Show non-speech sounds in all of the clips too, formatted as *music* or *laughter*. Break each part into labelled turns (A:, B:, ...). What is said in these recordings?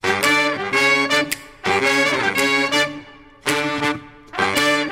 A: *laughs*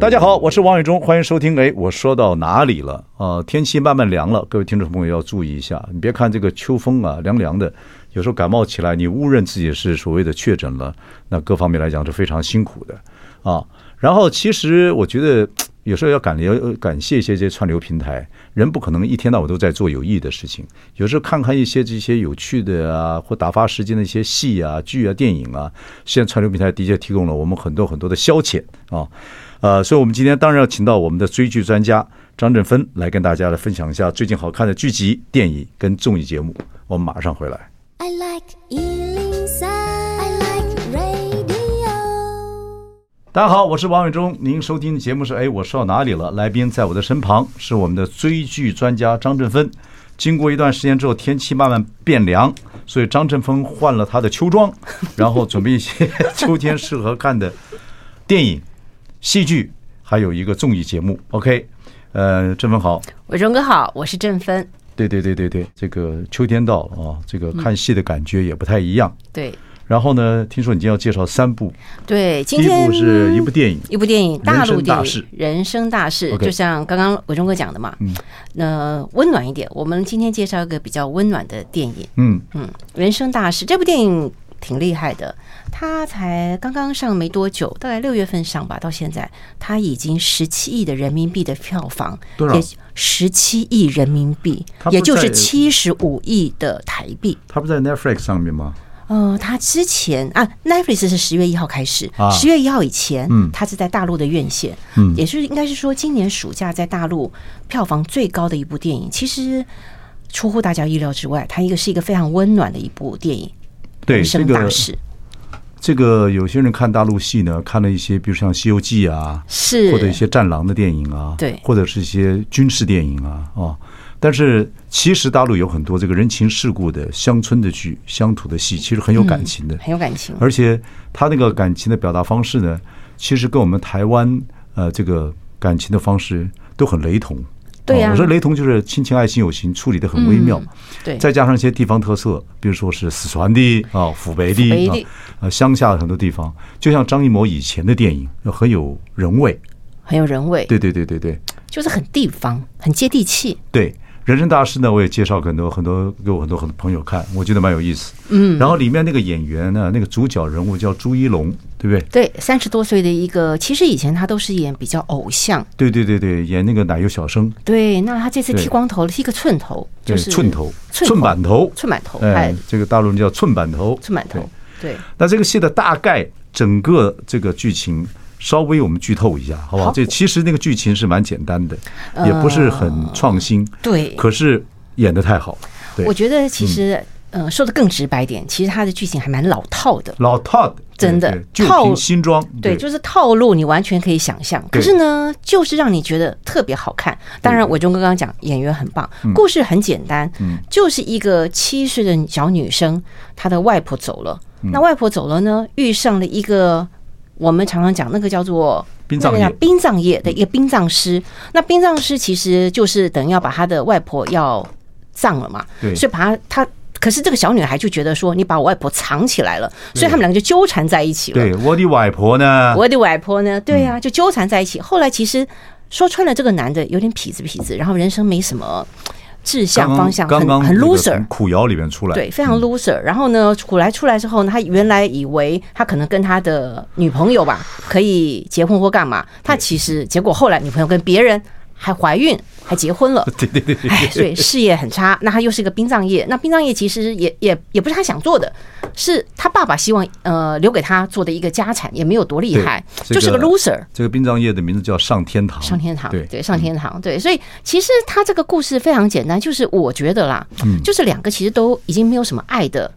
A: 大家好，我是王伟忠，欢迎收听。哎，我说到哪里了？啊、天气慢慢凉了，各位听众朋友要注意一下。你别看这个秋风啊，凉凉的，有时候感冒起来，你误认自己是所谓的确诊了，那各方面来讲是非常辛苦的啊。然后，其实我觉得有时候要感要感谢一些这些串流平台，嗯人不可能一天到晚都在做有意义的事情，有时候看看一些这些有趣的啊，或打发时间的一些戏啊、剧啊、电影啊，现在串流平台的确提供了我们很多很多的消遣啊。呃，所以我们今天当然要请到我们的追剧专家张振芬来跟大家来分享一下最近好看的剧集、电影跟综艺节目。我们马上回来。
B: I like Ealing Sound. I like radio.
A: 大家好，我是王伟忠，您收听的节目是哎，我说到哪里了？来宾在我的身旁是我们的追剧专家张振芬。经过一段时间之后，天气慢慢变凉，所以张振芬换了他的秋装，然后准备一些 *laughs* 秋天适合看的电影、戏剧，还有一个综艺节目。OK，呃，振芬好，
C: 伟忠哥好，我是郑芬。
A: 对对对对对，这个秋天到了啊，这个看戏的感觉也不太一样。
C: 对
A: 然后呢，听说你今天要介绍三部，
C: 对，
A: 第
C: 今
A: 一
C: 天
A: 部是一部电影，
C: 一部电影，大陆
A: 人生大
C: 电
A: 事
C: 影《人生大事》
A: OK 嗯
C: 就像刚刚伟忠哥讲的嘛，那温暖一点。我们今天介绍一个比较温暖的电影，
A: 嗯，
C: 嗯，《人生大事》这部电影挺厉害的，它才刚刚上没多久，大概六月份上吧，到现在它已经十七亿的人民币的票房，
A: 多少
C: 也十七亿人民币
A: 它，不
C: 也就
A: 在
C: 是七十五亿的台币。
A: 它不在 Netflix 上面吗？
C: 呃，他之前啊，Netflix 是十月一号开始
A: 啊，
C: 十、月一号以前，
A: 嗯
C: 它是在大陆的院线，
A: 嗯
C: 也是应该是说今年暑假在大陆票房最高的一部电影，其实出乎大家意料之外，它一个是一个非常温暖的一部电影，
A: 对，
C: 人
A: 这
C: 生
A: 个
C: 大事
A: 这个有些人看大陆戏呢，看了一些，比如像《西游记》啊，
C: 是
A: 或者一些战狼的电影啊，
C: 对
A: 或者是一些军事电影啊，啊。但是其实大陆有很多这个人情世故的乡村的剧、乡土的戏，其实很有感情的。
C: 很有感情，
A: 而且他那个感情的表达方式呢，其实跟我们台湾呃这个感情的方式都很雷同。哦
C: 对呀嗯
A: 我说雷同就是亲情、爱情、友情处理的很微妙，
C: 对，
A: 再加上一些地方特色，比如说是四川的啊、湖北
C: 湖北
A: 的
C: 的
A: 啊、呃乡下的很多地方，就像张艺谋以前的电影很有人味。
C: 很有人味，
A: 对对对对对
C: 就是很地方，很接地气，
A: 对。人生大事呢，我也介绍给很多很多给我很多很多朋友看，我觉得蛮有意思。嗯，然后里面那个演员呢，那个主角人物叫朱一龙，对不对？
C: 对，三十多岁的一个，其实以前他都是演比较偶像，
A: 对对对对，演那个奶油小生，
C: 对，那他这次
A: 对
C: 剃光头了，剃个寸头，
A: 对，
C: 就是
A: 寸头、
C: 寸
A: 寸板头、
C: 寸板头，哎
A: 哎，，这个大陆人叫寸板头。
C: 寸板
A: 对
C: 头，对，
A: 那这个戏的大概整个这个剧情，稍微我们剧透一下，好不好？
C: 好呃
A: 这其实那个剧情是蛮简单的，也不是很创新，
C: 对
A: 可是演的太好了，对嗯
C: 我，觉得其实，呃，说的更直白一点，其实它的剧情还蛮老套的。
A: 老套的，
C: 真的
A: 对对旧
C: 套
A: 瓶新装，
C: 对，就是套路，你完全可以想象。
A: 对
C: 可是呢，就是让你觉得特别好看。当然，伟忠哥刚刚讲演员很棒，
A: 嗯
C: 故事很简单，就是一个七岁的小女生，她的外婆走了。
A: 嗯
C: 那外婆走了呢，遇上了一个我们常常讲那个叫做
A: 殡葬业嗯
C: 那个叫殡葬业的一个殡葬师。那殡葬师其实就是等于要把他的外婆要葬了嘛，
A: 对
C: 所以把他他。可是这个小女孩就觉得说，你把我外婆藏起来了，所以他们两个就纠缠在一起了。
A: 对，我的外婆呢，
C: 我的外婆
A: 嗯
C: 呢？对呀、就纠缠在一起。后来其实说穿了，这个男的有点痞子痞子，然后人生没什么志
A: 刚
C: 向
A: 刚
C: 方向，
A: 刚刚
C: 很很
A: 这个
C: loser
A: 从。苦窑里面出来，嗯
C: 对，非常 loser。然后呢，苦来出来之后呢，他原来以为他可能跟他的女朋友吧可以结婚或干嘛，他其实结果后来女朋友跟别人还怀孕，还结婚了。
A: *laughs* 对对对对，
C: 哎，所以事业很差。那他又是一个殡葬业，那殡葬业其实也也也不是他想做的，是他爸爸希望呃留给他做的一个家产，也没有多厉害，
A: 对
C: 就是
A: 这
C: 个
A: 个
C: loser。
A: 这个殡葬业的名字叫上天堂，
C: 上天堂，
A: 对嗯
C: 上天堂，对，所以其实他这个故事非常简单，就是我觉
A: 嗯
C: 得啦，就是两个其实都已经没有什么爱的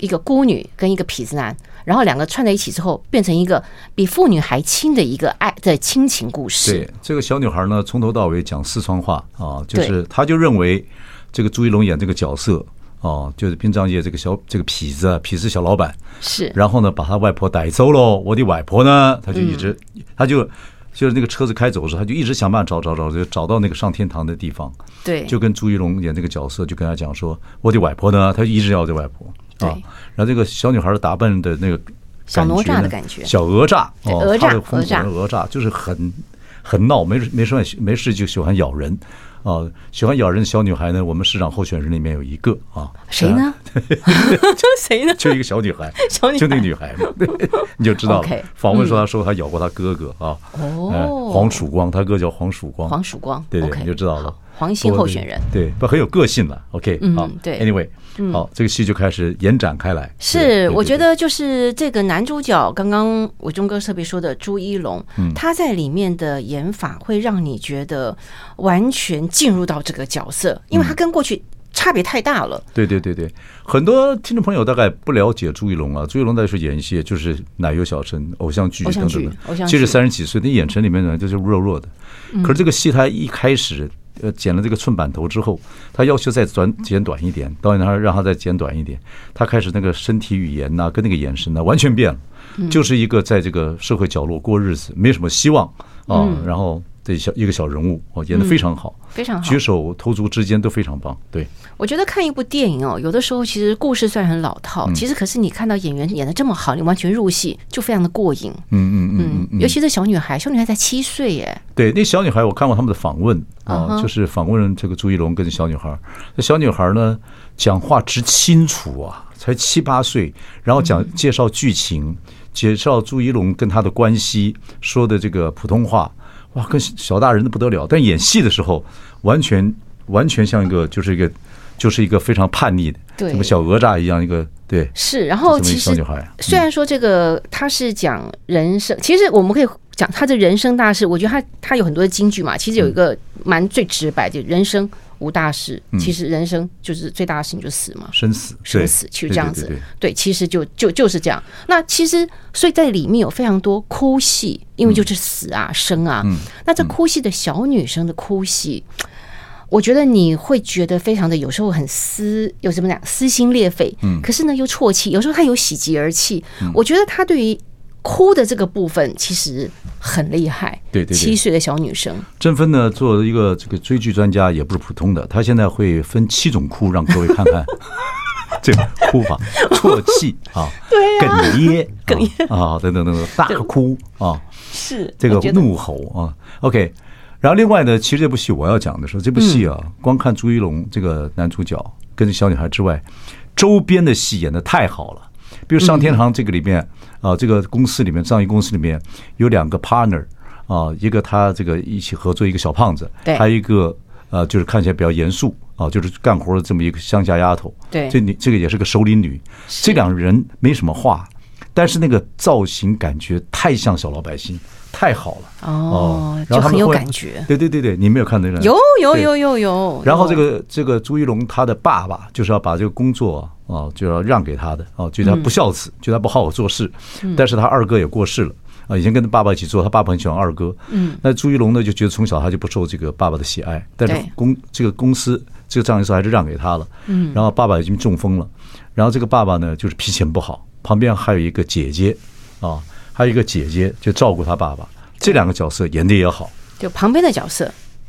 C: 一个孤女跟一个痞子男，然后两个串在一起之后，变成一个比父女还亲的一个爱的亲情故事。
A: 对，这个小女孩呢，从头到尾讲四川话啊，就
C: 对
A: 是她就认为这个朱一龙演这个角色啊，就是殡葬业这个小这个痞子啊痞子小老板，
C: 是，
A: 然后呢把他外婆逮走喽，我的外婆呢，他就一直，他就就是那个车子开走的时候，他就一直想办法找找找，就找到那个上天堂的地方，
C: 对，
A: 就跟朱一龙演这个角色，就跟他讲说，我的外婆呢，他就一直要这外婆
C: 对
A: 啊，然后这个小女孩的打扮的那个
C: 小哪吒的
A: 呢
C: 感觉
A: 小哪吒，
C: 对
A: 哦
C: 哪吒
A: 她的风格
C: 哪吒
A: 哪吒就是很很闹，没事没事没事就喜欢咬人。啊，喜欢咬人的小女孩呢？我们市长候选人里面有一个啊，
C: 谁呢？这谁呢？，
A: *laughs* 就一个小女孩
C: 小女孩
A: 就那个女孩嘛， *laughs* 对，你就知道
C: OK，嗯
A: 了。访问说她说她咬过她哥哥啊，
C: 哦
A: 哎黄曙光，她哥叫黄曙光，
C: *laughs* 黄曙光
A: 对对，
C: OK，
A: 你就知道了
C: 好。黄兴候选人
A: 不过对，不很有个性了。OK，
C: 嗯
A: 好，
C: 对嗯
A: ，Anyway，好，这个戏就开始延展开来。对
C: 是，我
A: 对
C: 觉。
A: 对对
C: 得就是这个男主角，刚刚我忠哥特别说的朱一龙，他在里面的演法会让你觉得完全进入到这个角色，因为他跟过去差别太大了。
A: 对对对对，很多听众朋友大概不了解朱一龙啊，朱一龙在说演戏就是奶油小生、偶像剧
C: 偶
A: 等
C: 像
A: 等
C: 剧
A: 的
C: 偶像，剧嗯
A: 即使三十几岁，那眼神里面呢就是弱弱的。可是这个戏他一开始呃剪了这个寸板头之后，他要求再短剪短一点，导演他让他再剪短一点，他开始那个身体语言呐、跟那个眼神呐、完全变了，
C: 嗯
A: 就是一个在这个社会角落过日子，没什么希望啊，
C: 嗯
A: 然后这小一个小人物哦，演的非常好，
C: 非常好
A: 举手投足之间都非常棒，对。
C: 我觉得看一部电影哦，有的时候其实故事虽然很老套，其实可是你看到演员演的这么好，你完全入戏，就非常的过瘾。
A: 嗯嗯嗯
C: 嗯，尤其是小女孩，小女孩才七岁耶，
A: 对，那小女孩我看过他们的访问啊、
C: 嗯哼
A: 就是访问这个朱一龙跟小女孩。那小女孩呢，讲话之清楚啊，才七八岁，然后
C: 嗯
A: 讲介绍剧情，介绍朱一龙跟他的关系，说的这个普通话，哇，跟小大人的不得了。但演戏的时候，完全完全像一个就是一个就是一个非常叛逆的，
C: 对
A: 什么小哪吒一样一个对。
C: 是，然后
A: 就这么一
C: 其
A: 小女
C: 实
A: 孩
C: 虽然说这个她是讲人生，其实我们可以讲她的人生大事。我觉得她她有很多的金句嘛，其实有一个蛮最直白，就人生无大事，其实人生就是最大的事情就是死嘛。
A: 嗯生死，
C: 生
A: 对
C: 死去
A: 对
C: 这样
A: 对
C: 子
A: 对对，
C: 对，其实就就就是这样。那其实，所以在里面有非常多哭戏，因为就是
A: 嗯
C: 死啊、生啊。那这哭戏的小女生的哭戏，我觉得你会觉得非常的，有时候很撕，有什么讲撕心裂肺，嗯，可是呢又啜泣，有时候她有喜极而泣。
A: 嗯
C: 我觉得她对于哭的这个部分其实很厉害，
A: 对对对
C: 七岁的小女生，
A: 郑芬呢，作为一个这个追剧专家，也不是普通的，他现在会分七种哭，让各位看看这个哭法：啜泣啊，
C: 对呀
A: 哽咽、哽咽啊，等等等等，大哭啊，
C: 是
A: 这个怒吼啊，OK。然后另外呢，其实这部戏我要讲的是，这部戏啊，光看朱一龙这个男主角跟小女孩之外，周边的戏演的太好了。比如上天堂这个里面啊，这个公司里面，上一公司里面有两个 partner 啊，一个他这个一起合作一个小胖子，
C: 对
A: 还有一个呃，就是看起来比较严肃啊，就是干活的这么一个乡下丫头，
C: 对
A: 这女这个也是个熟龄女，这两人没什么话，但是那个造型感觉太像小老百姓，太好了
C: 哦
A: 然后他
C: 就
A: 们
C: 很有
A: 会
C: 感觉
A: 对对对对，你没有看那个？
C: 有有
A: 对
C: 有有有。
A: 然后这
C: 哦
A: 个这个朱一龙他的爸爸就是要把这个工作啊就要让给他的啊，觉得
C: 嗯
A: 他不孝子，觉得他不好好做事。但是他二哥也过世了啊，以前跟他爸爸一起做，他爸爸很喜欢二哥。嗯，那朱一龙呢就觉得从小他就不受这个爸爸的喜爱，但是
C: 对
A: 公这个公司这个葬仪社还是让给他了。嗯，然后爸爸已经中风了，然后这个爸爸呢就是脾气很不好，旁边还有一个姐姐啊，还有一个姐姐就照顾他爸爸，这两个角色演的也好。
C: 就旁边的角色，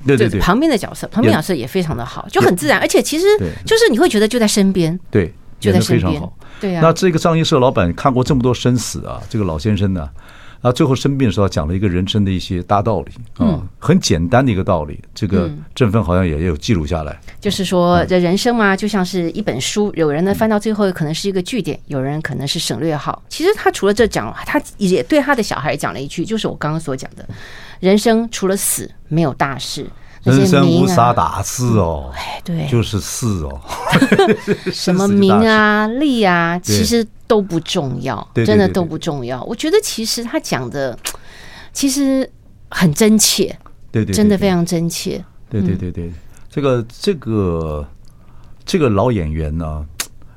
A: 对对
C: 就是
A: 对
C: 旁边的角色，旁边角色也非常的好，就很自然，而且其实
A: 对
C: 就是你会觉得就在身边，
A: 对，
C: 就
A: 演
C: 在
A: 得
C: 身
A: 非常
C: 边
A: 好。
C: 对啊
A: 那这个藏医社老板看过这么多生死啊，这个老先生呢，啊，最后生病的时候讲了一个人生的一些大道理啊，
C: 嗯
A: 很简单的一个道理。这个振奋好像也有记录下来。
C: 就是说
A: 嗯
C: 这人生嘛，就像是一本书，有人呢翻到最后可能是一个句点，有人可能是省略号。其实他除了这讲，他也对他的小孩讲了一句，就是我刚刚所讲的，人生除了死没有大事，那些
A: 人生无
C: 名
A: 啥
C: 啊，
A: 大事哦，
C: 哎
A: *laughs*
C: 对，
A: 就是事哦，
C: *laughs* 什
A: 什
C: 么名？啊、利啊，
A: 对
C: 其实都不重要，
A: 对对
C: 真的
A: 对对
C: 都不重要。我觉得其实他讲的其实很真切，
A: *laughs* 对对，
C: 真的
A: 对
C: 非常真切。
A: 对对对对，这个这个这个老演员呢，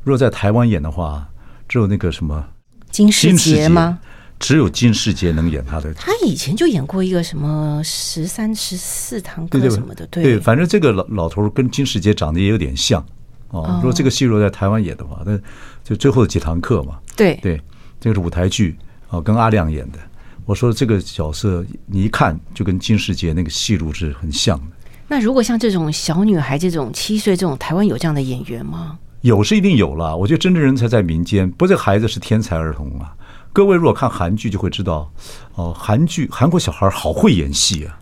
A: 若在台湾演的话，只有那个什么
C: 金世
A: 金世
C: 杰
A: 杰
C: 吗？？
A: 只有金世杰能演他的
C: 他以前就演过一个什么十三、十四堂课什么的，
A: 对
C: 对
A: 反正这个老老头儿跟金世杰长得也有点像哦。如果这个戏如果在台湾演的话，那就最后的几堂课嘛，
C: 对
A: 对，这个是舞台剧哦，跟阿亮演的。我说这个角色你一看就跟金世杰那个戏路是很像的，
C: 那如果像这种小女孩、这种七岁这种，台湾有这样的演员吗？
A: 有是一定有啦。我觉得真正人才在民间，不过这个孩子是天才儿童啊。各位如果看韩剧就会知道，哦，韩剧韩国小孩儿好会演戏啊。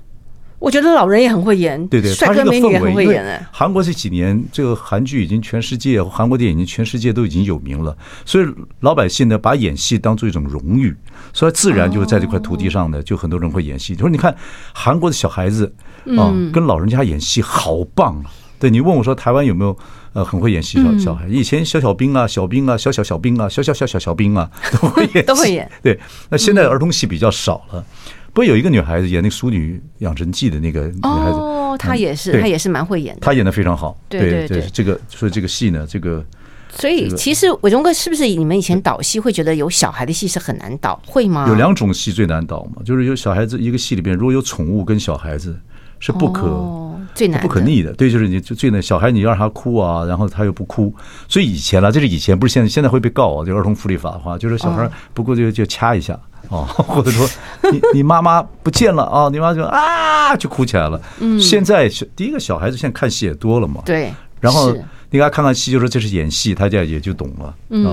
C: 我觉得老人也很会演，
A: 对对，
C: 帅
A: 它是
C: 哥
A: 一个
C: 美女也
A: 氛围。
C: 很
A: 因
C: 会
A: 为
C: 演哎。
A: 韩国这几年，这个韩剧已经全世界，韩国电影已经全世界都已经有名了，所以老百姓呢把演戏当做一种荣誉，所以自然就在这块土地上
C: 哦
A: 呢，就很多人会演戏。就是你看韩国的小孩子
C: 嗯
A: 啊，跟老人家演戏好棒啊！对你问我说台湾有没有呃很会演戏
C: 嗯
A: 小小孩？以前小小兵啊、小兵啊、小小小兵啊、小小小小小兵
C: *laughs*
A: 啊都会演戏，
C: 都会演嗯
A: 对，那现在儿童戏比较少了。不过有一个女孩子演那个《淑女养成记》的那个女孩子，嗯
C: 哦，她也是，
A: 对
C: 她也是蛮会演的。
A: 他演的非常好，
C: 对对对
A: 这个所以这个戏呢，这个
C: 所以其实伟忠哥是不是你们以前导戏会觉得有小孩的戏是很难导，会吗？
A: 有两种戏最难导嘛，就是有小孩子一个戏里边如果有宠物跟小孩子是不可、
C: 哦最难的
A: 不可逆的，对，就是你就最那小孩你要让他哭啊，然后他又不哭，所以以前啊，这是以前不是现在，现在会被告啊，就儿童福利法的话，就是小
C: 哦
A: 孩不过就就掐一下。哦， *laughs* 或者说你你妈妈不见了啊、你妈就啊就哭起来了。嗯，现在小第一个小孩子现在看戏也多了嘛，
C: 对，
A: 然后
C: 是
A: 你给他看看戏，就说这是演戏，他家也就懂了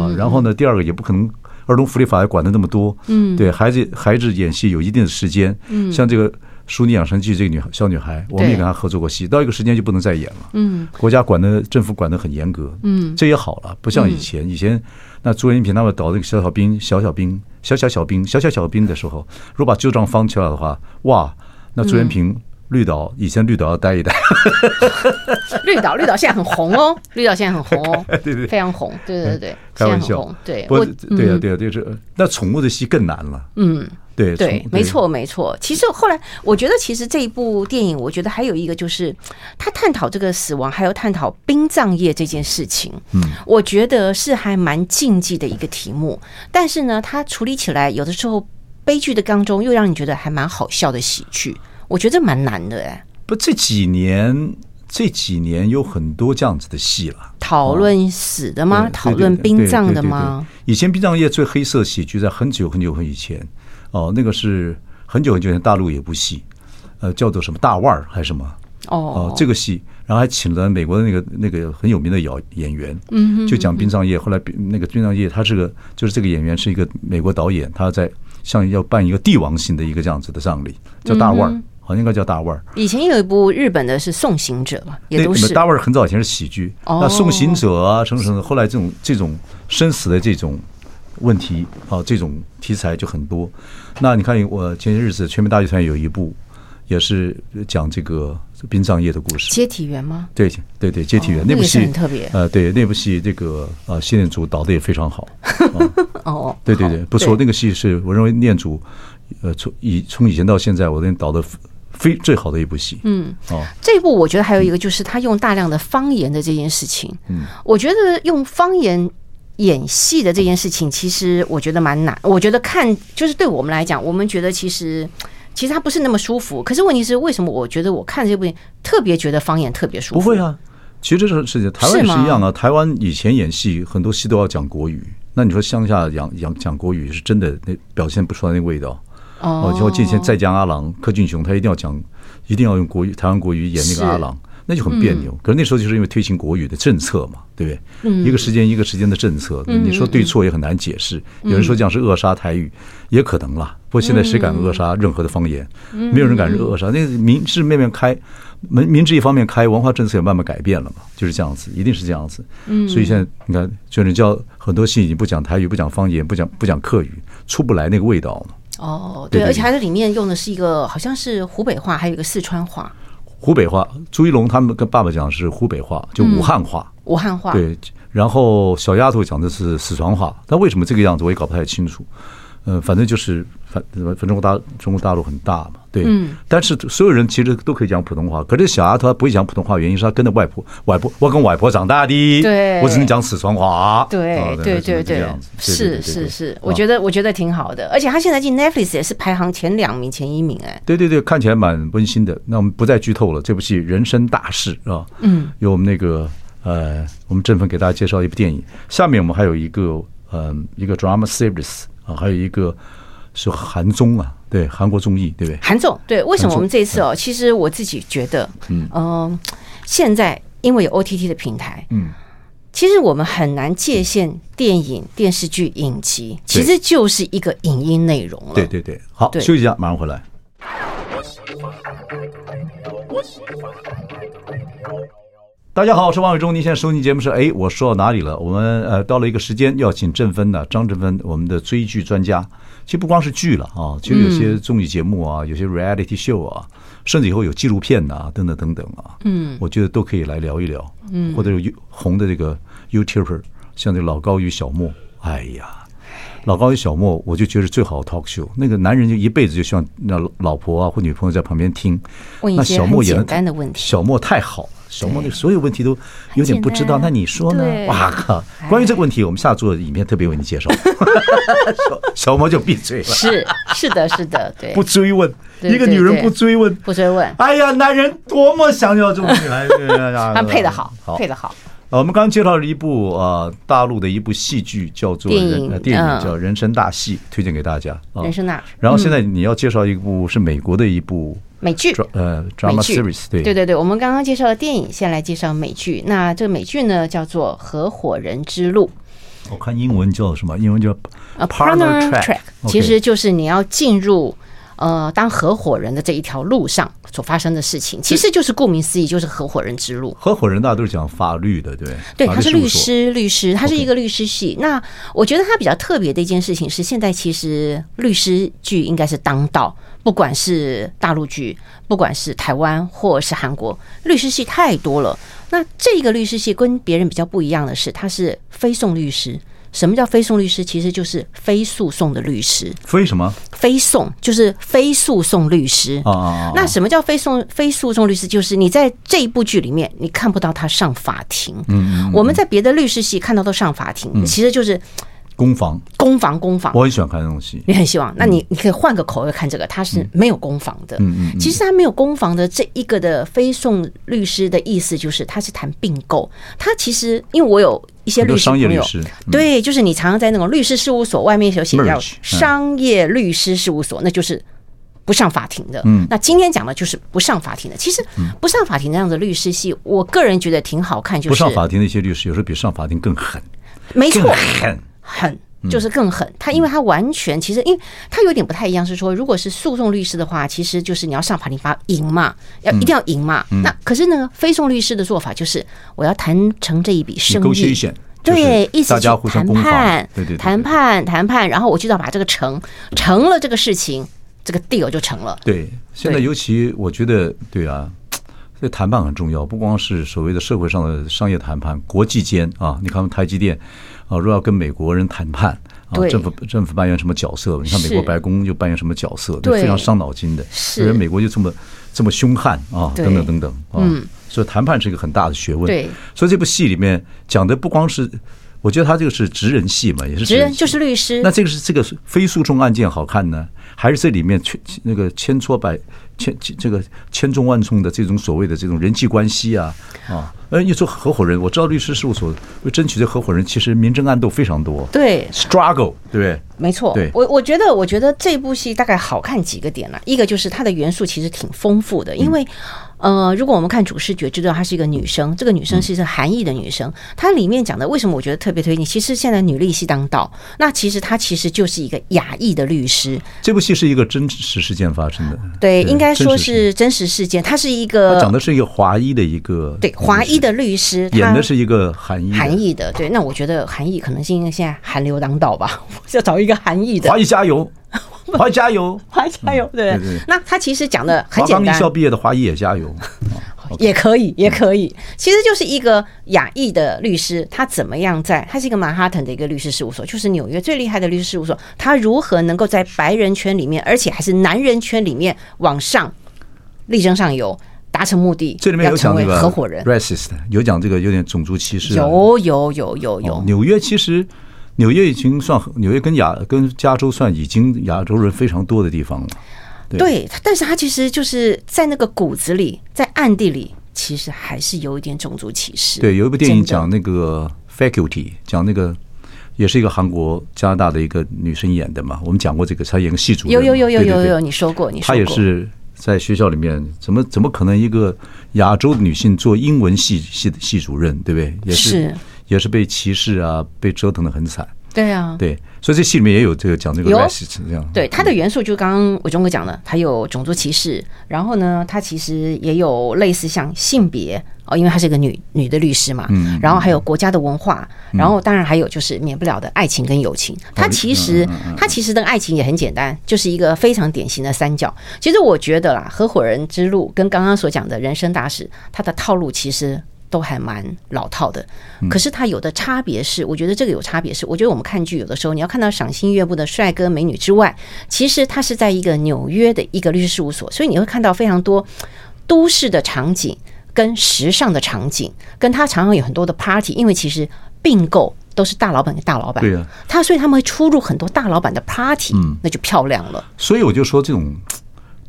A: 啊。然后呢，第二个也不可能，儿童福利法还管的那么多，嗯，对孩子孩子演戏有一定的时间，嗯，像这个《淑女养成记》这个女小女孩，我们也跟她合作过戏，到一个时间就不能再演了，嗯，国家管的政府管的很严格，嗯，这也好了，不像以前，以前那朱延平他们导那个小小兵、小小兵、小小小兵、小小小兵的时候，如果把旧账翻起来的话，哇，那朱延平。绿岛以前绿岛要待 *laughs* 一待，
C: 绿岛，绿岛现在很红
A: *laughs*
C: 哦，绿岛现在很红哦，对
A: 对
C: 非常红，对对对，
A: 开玩
C: 现在很
A: 笑
C: 红，，对，
A: 不
C: 我
A: 过，对啊，对啊，对，这那宠物的戏更难了，
C: 嗯，
A: 对，
C: 对
A: 宠，
C: 没，错，没错。其实后来，我觉得其实这一部电影，我觉得还有一个就是，他探讨这个死亡，还有探讨殡葬业这件事情。嗯，我觉得是还蛮禁忌的一个题目，但是呢，它处理起来有的时候悲剧的当中，又让你觉得还蛮好笑的喜剧。我觉得蛮难的哎，
A: 不，这几年这几年有很多这样子的戏了。
C: 讨论死的
A: 对
C: 吗？
A: 哦对
C: 讨
A: 对
C: 论
A: 对
C: 殡
A: 对
C: 葬
A: 对
C: 的
A: 对
C: 吗？
A: 对以前殡葬业最黑色喜剧在很久很久很以前，哦，那个是很久很久以前大陆有一部戏，呃，叫做什么大腕儿还是什么？
C: 哦
A: 哦，，这个戏，然后还请了美国的那个那个很有名的演演员，嗯，就讲殡葬业。后来殡那个殡葬业，他是个就是这个演员是一个美国导演，他在像要办一个帝王型的一个这样子的葬礼，叫大
C: 嗯
A: 腕儿，好像应该叫大腕儿。
C: 以前有一部日本的是《送行者》嘛，也
A: 那
C: 都
A: 你们
C: 是
A: 大腕儿很早以前是喜剧，
C: 哦
A: 那送行者啊，什么什么，后来这种这种生死的这种问题啊，这种题材就很多。那你看，我前些日子全民大剧团有一部，也是讲这个殡葬业的故事。
C: 接体员吗？
A: 对对对，接体员、
C: 哦
A: 那部戏
C: 那个也是很特别
A: 呃，对那部戏这个呃谢念祖导的也非常
C: *laughs*
A: 好，
C: 哦，
A: 对对对，
C: 好
A: 不错。那个戏是我认为念祖呃从以从以前到现在我认为导的非最好的一部戏。嗯，哦，
C: 这一部我觉得还有一个就是他用大量的方言的这件事情，嗯，我觉得用方言演戏的这件事情，其实我觉得蛮难。我觉得看就是对我们来讲，我们觉得其实其实它不是那么舒服。可是问题是，为什么我觉得我看这部电影特别觉得方言特别舒服？
A: 不会，啊，其实这是事情，台湾也
C: 是
A: 是
C: 吗
A: 一样啊。台湾以前演戏很多戏都要讲国语，那你说乡下讲讲讲国语是真的那表现不出来那味道。
C: 哦
A: 哦，就之前再讲阿郎、柯俊雄，他一定要讲，一定要用国语、台湾国语演那个阿郎，那就很别扭。可是那时候就是因为推行国语的政策嘛，对不对？一个时间一个时间的政策，你说对错也很难解释。有人说这样是扼杀台语，也可能啦。不过现在谁敢扼杀任何的方言？没有人敢扼杀。那个民智慢慢开，民民智一方面开，文化政策也慢慢改变了嘛，就是这样子，一定是这样子。所以现在你看，就是叫很多戏已经不讲台语、不讲方言、不讲不讲客语，出不来那个味道嘛。
C: 哦，
A: 对
C: 对，
A: 对
C: 而且它这里面用的是一个好像是湖北话，还有一个四川话、
A: 湖北话，朱一龙他们跟爸爸讲是湖北话，就
C: 嗯
A: 武汉话，
C: 武汉话，
A: 对。然后小丫头讲的是四川话，但为什么这个样子我也搞不太清楚。呃，反正就是反反正中国大中国大陆很大嘛，对，
C: 嗯
A: 但是所有人其实都可以讲普通话，可是小丫头她不会讲普通话，原因是她跟着外婆、外婆，我跟外婆长大的，
C: 对
A: 我只能讲四川话，
C: 对
A: 啊
C: 对对
A: 这
C: 对
A: 样子，对对
C: 是
A: 对
C: 是
A: 对
C: 是
A: 啊，
C: 我觉得我觉得挺好的，而且他现在进 Netflix 也是排行前两名、前一名，哎，
A: 对对对，看起来蛮温馨的。那我们不再剧透了，这部戏《人生大事》啊，嗯，有我们那个呃，我们振奋给大家介绍一部电影。下面我们还有一个嗯、一个 drama series 啊，还有一个是韩综啊，对，韩国综艺，对不对？
C: 韩总，对，为什
A: 韩
C: 么
A: 总
C: 我们这一次哦？其实我自己觉得，嗯、现在因为有 OTT 的平台，
A: 嗯，
C: 其实我们很难界限电影、电视剧、影集，
A: 对
C: 其实就是一个影音内容了。
A: 对对对，好，
C: 对
A: 休息一下，马上回来。大家好，我是王伟忠。您现在收听节目是哎，我说到哪里了？我们呃到了一个时间，要请郑芬呢，张郑芬，我们的追剧专家。其实不光是剧了啊，其实有
C: 嗯
A: 些综艺节目啊，有些 reality show 啊，甚至以后有纪录片呐、等等等等啊，嗯，我觉得都可以来聊一聊。嗯，或者有红的这个 YouTuber，像这个老高与小莫，哎呀，老高与小莫，我就觉得是最好的 talk show。那个男人就一辈子就希望那老婆啊或女朋友在旁边听。
C: 问一
A: 那
C: 些
A: 小莫
C: 很
A: 也
C: 简单的问题
A: 小莫太好了，小莫那所有问题都有点不知道。
C: 很简单
A: 那你说呢？
C: 对哎
A: 哇靠！关于这个问题，我们下做影片特别为你介
C: *laughs*
A: 绍。小小莫就闭嘴了，
C: 是是的，
A: *laughs*
C: 是的，对，
A: 不追问。
C: 对
A: 一个女人不追问，
C: 不追问，
A: 哎呀，男人多么想要这种女孩子哎呀！ *laughs*
C: 他配的好，
A: 好
C: 配。的好，
A: 呃我们刚刚介绍了一部呃大陆的一部戏剧，叫做
C: 电
A: 人
C: 影
A: 呃电影
C: 嗯
A: 叫《人生大戏》，推荐给大家。啊
C: 人生大事
A: 然后现在你要介绍一部是美国的一部
C: 美剧。
A: dra- 呃
C: 美
A: drama
C: 剧
A: series，对
C: 对对对，我们刚刚介绍了电影，先来介绍美剧。那这个美剧呢，叫做《合伙人之路》。
A: 我看英文叫什么？英文叫
C: 呃
A: Partner Track，OK
C: 其实就是你要进入呃当合伙人的这一条路上所发生的事情，其实就是顾名思义，就是合伙人之路。
A: 合伙人大家都是讲法律的，对不
C: 对，
A: 法
C: 他是
A: 事务
C: 律
A: 所
C: 师，律师，他是
A: OK
C: 一个律师系。那我觉得他比较特别的一件事情是，现在其实律师剧应该是当道，不管是大陆剧，不管是台湾或是韩国，律师系太多了。那这个律师系跟别人比较不一样的是，他是非讼律师。什么叫非讼律师？其实就是非诉讼的律师。
A: 非什么
C: 非讼就是非诉讼律师
A: 啊啊啊？
C: 那什么叫非讼非诉讼律师？就是你在这一部剧里面，你看不到他上法庭。嗯，我们在别的律师系看到都上法庭，其实就是
A: 攻防，
C: 攻防攻防。
A: 我很喜欢看这种戏。
C: 你很希望，那你你可以换个口味看这个，他是没有攻防的。
A: 嗯嗯嗯嗯
C: 其实他没有攻防的这一个的非讼律师的意思就是，他是谈并购。他其实因为我有一些
A: 很多
C: 律师
A: 商
C: 朋
A: 业律
C: 友
A: 师，嗯
C: 对，就是你常常在那种律师事务所外面有写叫
A: Merge，嗯
C: 商业律师事务所，那就是。不上法庭的，
A: 嗯
C: 那今天讲的就是不上法庭的。其实不上法庭那样的律师系，我个人觉得挺好看，就是
A: 不上法庭的一些律师，有时候比上法庭更狠，
C: 没
A: 更
C: 错，
A: 狠。
C: 狠，
A: 嗯
C: 就是更狠。他因为他完全其实，因为他有点不太一样，是说如果是诉讼律师的话，其实就是你要上法庭法赢嘛，要
A: 嗯
C: 一定要赢嘛。那可是呢，非讼律师的做法就是我要谈成这一笔生意。
A: Negotiation，就是
C: 对，一起
A: 大
C: 去
A: 家互相
C: 谈
A: 攻防
C: 判，
A: 对对对对
C: 谈判，谈判，然后我就要把这个成成了这个事情，这个 deal 就成了。
A: 对，现在
C: 对
A: 尤其我觉得，对啊，这谈判很重要，不光是所谓的社会上的商业谈判，国际间啊，你看台积电啊，若要跟美国人谈判啊，
C: 对
A: 政府政府扮演什么角色？你看美国
C: 是
A: 白宫又扮演什么角色？这
C: 对
A: 非常伤脑筋的。
C: 是
A: 所以美国就这么这么凶悍啊，
C: 对嗯
A: 等等等等啊，所以谈判是一个很大的学问。
C: 对，
A: 所以这部戏里面讲的不光是。我觉得他这个是职人戏嘛，也是
C: 职人
A: 戏
C: 就是律师
A: 那这个是这个是非诉讼案件好看呢，还是这里面千那个千错百千千这个千重万重的这种所谓的这种人际关系啊啊？呃，你做合伙人，我知道律师事务所为争取这合伙人，其实明争暗斗非常多
C: 对，
A: ，struggle，对不对？
C: 没错，
A: 对
C: 我我觉得，我觉得这部戏大概好看几个点啦、啊一个就是它的元素其实挺丰富的，因为、
A: 嗯
C: 呃，如果我们看主视觉，知道她是一个女生，这个女生是一个韩裔的女生。她里面讲的为什么我觉得特别推荐？其实现在女力系当道，那其实她其实就是一个亚裔的律师，
A: 这部戏是一个真实事件发生的，
C: 对，应该说
A: 真实事件
C: 是真实事件。她是一
A: 他讲
C: 个
A: 的是一个华裔的一个
C: 对华裔的律师，她
A: 演的是一个韩裔的
C: 韩裔的，对。那我觉得韩裔可能是因为现在韩流当道吧， *laughs* 我要找一个韩裔的
A: 华。裔加
C: *laughs*
A: 油，华裔加油，
C: 还加油，对
A: 对对
C: 那他其实讲的很
A: 华
C: 简
A: 冈艺
C: 单，
A: 校毕业的华裔也加油。
C: 好
A: OK 嗯
C: 也可以，也可以。其实就是一个亚裔的律师，他怎么样在？他是一个曼哈顿的一个律师事务所，就是纽约最厉害的律师事务所。他如何能够在白人圈里面，而且还是男人圈里面往上力争上游，达成目的？
A: 这里面有
C: 要成
A: 讲这
C: 为
A: 个
C: 合伙人，
A: racist，有讲这个有点种族歧视啊，
C: 有有有有
A: 哦
C: 有，
A: 纽约其实，纽约已经算很纽约跟亚跟加州算已经亚洲人非常多的地方了。对
C: 对。但是他其实就是在那个骨子里，在暗地里，其实还是有一点种族歧视。
A: 对，有一部电影
C: 真的
A: 讲那个 faculty，讲那个也是一个韩国加拿大的一个女生演的嘛，我们讲过这个，她演个系主任
C: 有
A: 嘛，
C: 有有有
A: 对对
C: 有
A: 对
C: 有，你说过，你说
A: 她
C: 过，
A: 也是在学校里面，怎么怎么可能一个亚洲的女性做英文系系系主任，对不对？也
C: 是
A: 也是被歧视啊，被折腾的很惨。
C: 对啊，
A: 对，所以这戏里面也有这个讲这个
C: 有
A: racist 这样。
C: 对它的元素，就刚刚伟忠哥讲的，它有种族歧视，然后呢，它其实也有类似像性别哦，因为她是个女女的律师嘛，
A: 嗯
C: 然后还有国家的文化，然后当然还有就是免不了的爱情跟友情。它其实它其实的爱情也很简单，就是一个非常典型的三角。其实我觉得啦，合伙人之路跟刚刚所讲的人生大事，它的套路其实都还蛮老套的。
A: 嗯
C: 可是它有的差别是，我觉得这个有差别是，我觉得我们看剧有的时候，你要看到赏心悦目的帅哥美女之外，其实它是在一个纽约的一个律师事务所，所以你会看到非常多都市的场景跟时尚的场景，跟它常常有很多的 party，因为其实并购。都是大老板跟大老板，
A: 对啊
C: 他所以他们会出入很多大老板的 party，、那就漂亮
A: *laughs*
C: 了。
A: 所以我就说这种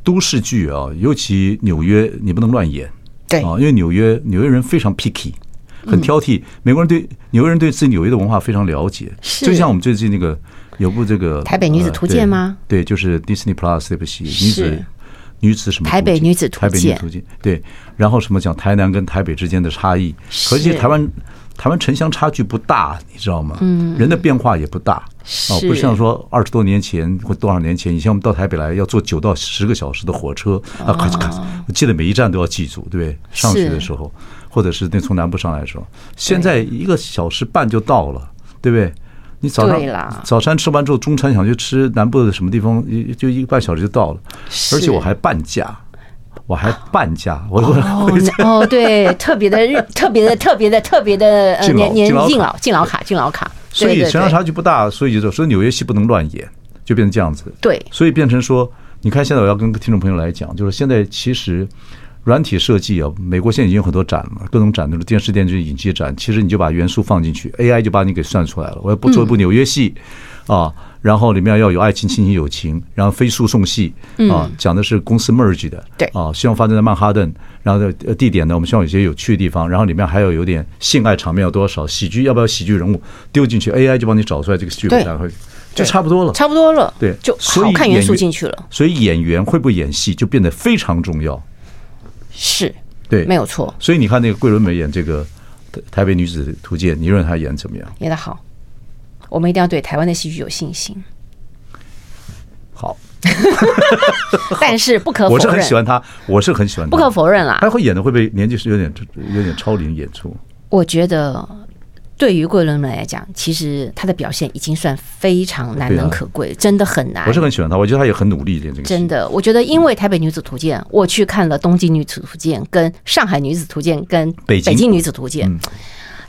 A: 都市剧啊，尤其纽约，你不能乱演
C: 对嗯
A: 啊，因为纽约纽约人非常 picky，很挑剔。美国人对纽约人对自己纽约的文化非常了解，
C: 是
A: 就像我们最近那个有部这个《
C: 台北女子
A: 呃
C: 图鉴
A: 对
C: 吗
A: 对，就是 Disney Plus 这部戏，女子
C: 是
A: 女子什么图鉴？
C: 台北女子图
A: 台北女
C: 鉴
A: 子图鉴对，然后什么讲台南跟台北之间的差异，可惜
C: 是
A: 台湾。台湾城乡差距不大，你知道吗？嗯，人的变化也不大，哦，不
C: 是
A: 像说二十多年前或多少年前，以前我们到台北来要坐九到十个小时的火车啊，咔嚓咔嚓，我记得每一站都要记住，对不对？上学的时候，或者是那从南部上来的时候，现在一个小时半就到了，对不对？你早
C: 对啦
A: 上早餐吃完之后，中餐想去吃南部的什么地方，一就一个半小时就到了，而且我还半价，我还半价，我我
C: 哦哦，对，特别的日，特别的特别的特别的呃
A: 敬老
C: 年年
A: 敬老卡
C: 敬老敬老卡敬老卡，
A: *laughs* 所
C: 对
A: 以
C: 对
A: 城乡
C: 对
A: 差距不大，所以就说所以纽约戏不能乱演，就变成这样子。
C: 对
A: 所以变成说，你看现在我要跟听众朋友来讲，就是现在其实软体设计啊，美国现在已经有很多展了，各种展都是电视、电视影剧展，其实你就把元素放进去，AI 就把你给算出来了。我要不做一部纽约戏、啊，然后里面要有爱情、亲情、友情，然后非诉讼戏啊，讲的是公司 merge 的，
C: 对
A: 啊，希望发生在曼哈顿，然后的呃地点呢，我们希望有些有趣的地方，然后里面还要有点性爱场面有多少，喜剧要不要喜剧人物丢进去，AI 就帮你找出来这个剧本，
C: 对
A: 大概就差不多了，
C: 差不多了，
A: 嗯对
C: 就
A: 所以
C: 好看元
A: 演
C: 素
A: 员
C: 进去了，
A: 所以演员会不会演戏就变得非常重要。
C: 是
A: 对，
C: 没有错，
A: 所以你看那个桂纶镁演这个台《台北女子图鉴》，你认为她演怎么样？
C: 演得好。我们一定要对台湾的戏剧有信心，
A: 好，
C: 但是不可
A: 我是
C: 否
A: 很
C: 认
A: 喜，欢哎她，我是很喜欢她。
C: 不可否认啊啦
A: 她，会演的会不会年纪是有点有点超龄演出？
C: 我觉得对于桂纶镁来讲，其实她的表现已经算非常难
A: 对啊
C: 能可贵，真的很难
A: 我是。很喜欢她，我觉得她也很努力演这个戏。
C: 哎真的，我觉得因为《台北女子图鉴》，我去看了《东京女子图鉴》、跟《上海女子图鉴》、跟《
A: 北京嗯
C: 女子图鉴》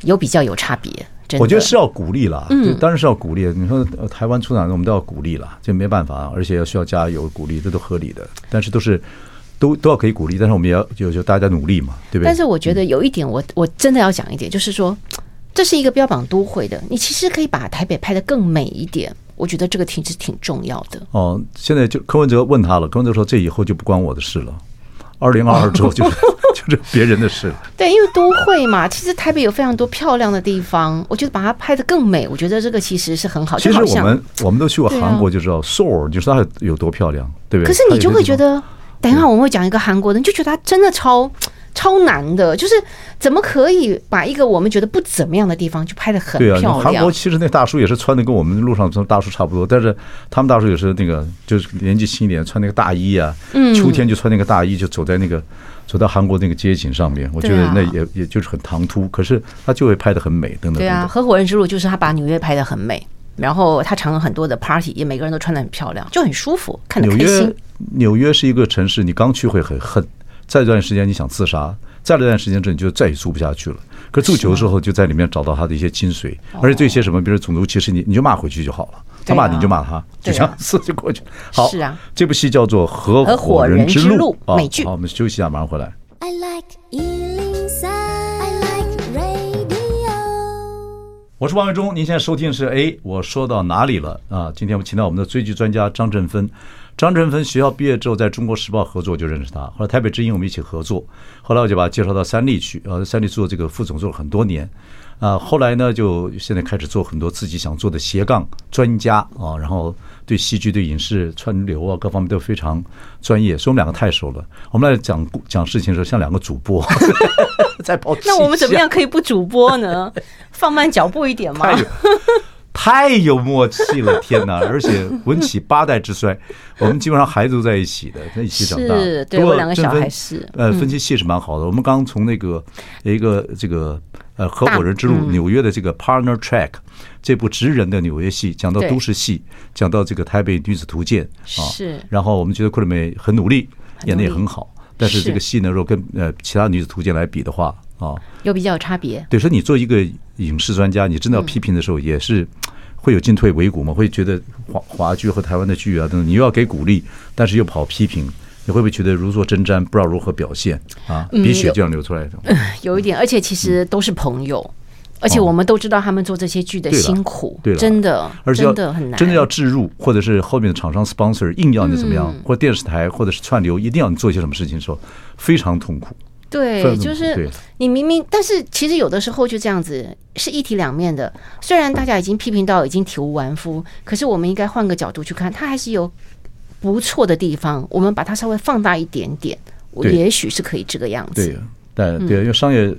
C: 有比较有差别。真的，
A: 我觉得是要鼓励啦，嗯，当然是要鼓励。你说呃台湾出哪个，我们都要鼓励啦，这没办法啊，而且要需要加油鼓励，这都合理的。但是都是都都要可以鼓励，但是我们也要就就大家努力嘛，对不对？嗯
C: 但是我觉得有一点我，我真的要讲一点，就是说，这是一个标榜都会的，你其实可以把台北拍得更美一点。我觉得这个挺是挺重要的。
A: 哦，现在就柯文哲问他了，柯文哲说这以后就不关我的事了，二零二二之后就是
C: *laughs*
A: *laughs* 就是别人的事了。
C: 对，因为都会嘛，其实台北有非常多漂亮的地方，我觉得把它拍得更美，我觉得这个其实是很好。
A: 其
C: 就
A: 实
C: 好
A: 我
C: 像
A: 们我们都去过
C: 对啊
A: 韩国就知道，Seoul 就说它有多漂亮，对不对？
C: 可是你就会觉
A: 它有些地
C: 得，等一下我们会讲一个韩国的，你就觉得他真的超超难的，就是怎么可以把一个我们觉得不怎么样的地方就拍得很
A: 方对啊，
C: 漂
A: 韩
C: 亮？
A: 国其实那大叔也是穿的跟我们路上穿大叔差不多，但是他们大叔也是那个就是年纪轻一点，穿那个大衣啊，
C: 嗯
A: 秋天就穿那个大衣就走在那个。走到韩国那个街景上面，我觉
C: 对
A: 得
C: 啊
A: 那也、也就是很唐突，可是他就会拍的很美，等等等
C: 对啊，
A: 等。
C: 合伙人之路就是他把纽约拍得很美，然后他常有很多的 party，也每个人都穿得很漂亮，就很舒服，看得
A: 纽
C: 开
A: 约
C: 心。，
A: 纽约是一个城市，你刚去会很恨，再一段时间你想自杀，再了一段时间之后，你就再也住不下去了。可是住久了之后，就在里面找到他的一些精髓，而且对一些什么，比如种族歧视，你你就骂回去就好了。他骂
C: 哦对啊
A: 你你就骂他，就
C: 对啊
A: 这样子就过去了。好，
C: 是啊，
A: 这部戏叫做《合
C: 合伙
A: 伙人
C: 人
A: 之
C: 之
A: 路
C: 路》
A: 啊。
C: 美剧
A: 好，我们休息一下，马上回来。
B: I like Ealing Sound. I like radio.
A: 我是王伟忠，您现在收听的是哎，我说到哪里了啊？今天我们请到我们的追剧专家张振芬。张振芬学校毕业之后，在中国时报合作我就认识他，后来台北之音我们一起合作，后来我就把他介绍到三立去，呃，三立做这个副总做了很多年，啊，后来呢就现在开始做很多自己想做的斜杠专家啊，然后对戏剧、对影视川流啊各方面都非常专业，所以我们两个太熟了。我们来讲故讲事情的时候像两个主播 *laughs* 在跑。
C: 那我们怎么样可以不主播呢？ *laughs* 放慢脚步一点嘛
A: 啊太。
C: *laughs*
A: 有太有默契了，天哪！而且文起八代之衰，我们基本上孩子都在一起的，在一起长大。
C: 是对
A: 不过
C: 我两个
A: 真
C: 小
A: 分
C: 孩是嗯
A: 呃，分析戏是蛮好的。我们刚刚从那个一个这个呃合伙人之路
C: 嗯
A: 纽约的这个 Partner Track 这部职人的纽约戏，讲到
C: 对
A: 都市戏，讲到这个台北女子图鉴啊，
C: 是
A: 然后我们觉得库里梅很努力，
C: 很努力
A: 演的也很好，但是
C: 是
A: 这个戏呢，如果跟呃其他女子图鉴来比的话啊，
C: 有比较有差别。
A: 对，所以你做一个影视专家，你真的要
C: 嗯
A: 批评的时候，也是会有进退维谷嘛，会觉得华华剧和台湾的剧啊等等，你又要给鼓励，但是又跑批评，你会不会觉得如坐针毡，不知道如何表现啊？
C: 嗯
A: 鼻血
C: 有
A: 就要流出来的。
C: *laughs* 有一嗯点，而且其实
A: 嗯
C: 都是朋友，而且我们都知道他们做这些剧的
A: 哦对了
C: 辛苦，
A: 对了
C: 真的，
A: 而且要
C: 真的很难，
A: 真的要置入，或者是后面的厂商 sponsor 硬要你怎么样，
C: 嗯
A: 或者电视台或者是串流一定要你做一些什么事情的时候，非常痛苦。非
C: 对，
A: 常
C: 就
A: 对
C: 是你明明，但是其实有的时候就这样子是一体两面的。虽然大家已经批评到已经体无完肤，可是我们应该换个角度去看，它还是有不错的地方，我们把它稍微放大一点点，我
A: 对
C: 也许是可以这个样
A: 对
C: 子。，
A: 但
C: 嗯
A: 对，因为商业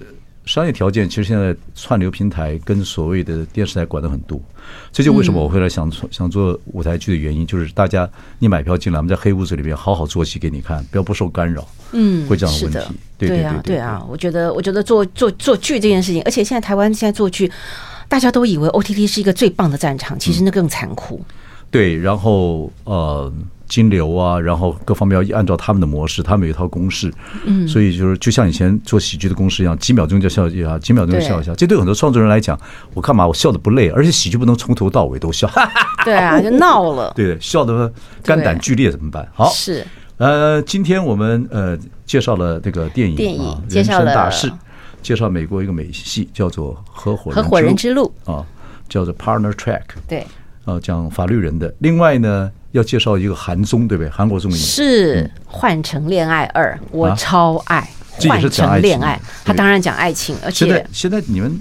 A: 商业条件，其实现在串流平台跟所谓的电视台管的很多，这就为
C: 嗯
A: 什么我会来想做想做舞台剧的原因，就是大家你买票进来，我们在黑屋子里面好好做戏给你看，不要不受干扰，
C: 嗯，
A: 会这样的
C: 是
A: 问
C: 的
A: 题，对
C: 对
A: 对
C: 啊，
A: 对
C: 啊，我觉得，我觉得做做做剧这件事情，而且现在台湾现在做剧，大家都以为 OTT 是一个最棒的战场，其实那更残酷。
A: 对，然后呃，金流啊，然后各方面要按照他们的模式，他们有一套公式，嗯，所以就是就像以前做喜剧的公式一样，几秒钟就笑一下，几秒钟就笑一下。这对很多创作人来讲，我干嘛我笑的不累，而且喜剧不能从头到尾都笑，
C: 对 *laughs* 啊，就闹了。
A: 对，笑得肝胆俱裂怎么办？好，
C: 是
A: 呃，今天我们呃介绍了这个电影，
C: 电影
A: 啊、
C: 介绍了
A: 人生大事，介绍美国一个美戏叫做《合伙
C: 合伙人之路，
A: 啊，叫做 Partner Track，
C: 对，
A: 啊，讲法律人的。另外呢，要介绍一个韩综，对不对？韩国综艺
C: 是《换成恋爱二》，我
A: 啊
C: 超爱
A: 这
C: 《
A: 也
C: 换
A: 是讲爱
C: 成
A: 情
C: 恋
A: 的
C: 爱》，他
A: 对
C: 当然讲爱情，而
A: 现在
C: 且
A: 现在你们。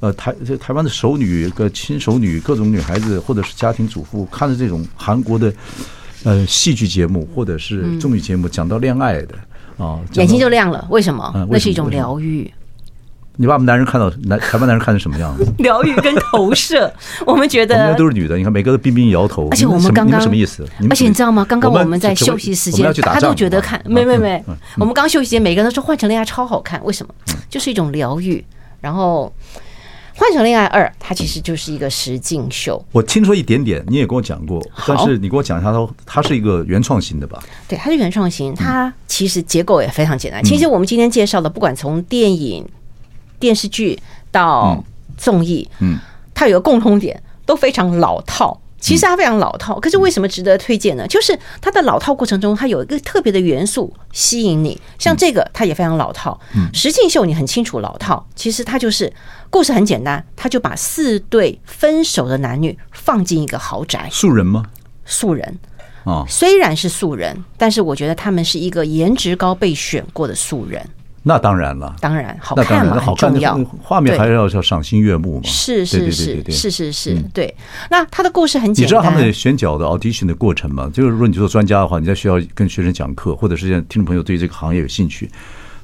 A: 呃，台这台湾的熟女、呃个亲熟女、各种女孩子，或者是家庭主妇，看着这种韩国的呃戏剧节目或者是综艺节目，讲到恋爱的啊，讲
C: 眼睛
A: 到
C: 嗯就亮了。为什么
A: 嗯？为
C: 那
A: 什
C: 是一
A: 么
C: 种
A: 为什么
C: 疗愈，
A: 你把我们男人看到男台湾男人看成什么样子？
C: 疗愈跟投
A: *laughs*
C: 射。我们觉
A: 我们
C: 得
A: 都是女的，你看每个都彬彬摇头。
C: 而
A: 你
C: 且我们
A: 什么
C: 刚
A: 你
C: 刚
A: 什么意思？
C: 而且你知道吗？刚刚我
A: 我
C: 们在
A: 只
C: 休息时
A: 我们
C: 间
A: 要，去打
C: 他
A: 仗
C: 都觉得
A: 嘛
C: 看，
A: 嗯
C: 没没没
A: 嗯，
C: 我们刚休息时间，每个人都说《换成恋爱》超好看，为什么？就是一种疗愈。然后，《换成恋爱二》它其实就是一个实境秀，
A: 我听说一点点，你也跟我讲过，但是你跟我讲一下，它它是一个原创型的吧？
C: 对，它是原创型，它其实结构也非常简单。其实我们今天介绍的，不管从电影、电视剧到综艺，
A: 嗯，
C: 它有个共通点，都非常老套。其实它非常老套，可是为什么值得推荐呢？就是它的老套过程中，它有一个特别的元素吸引你，像这个它也非常老套。实境秀你很清楚老套，其实它就是故事很简单，它就把四对分手的男女放进一个豪宅，
A: 素人吗？
C: 素人，
A: 啊，
C: 虽然是素人，但是我觉得他们是一个颜值高被选过的素人。
A: 那当然了，
C: 当然，好
A: 那当
C: 看
A: 然
C: 嘛
A: 了，好
C: 很
A: 看
C: 重
A: 的
C: 要，
A: 画面
C: 对
A: 还要要赏心悦目嘛。对
C: 是是
A: 对对对
C: 是
A: 对
C: 是是是，对。那他的故事很
A: 你
C: 简
A: 知道他
C: 单，
A: 们的选角的 audition 的过程吗？就是如果你做专家的话，你在学校跟学生讲课，或者是听众朋友对这个行业有兴趣，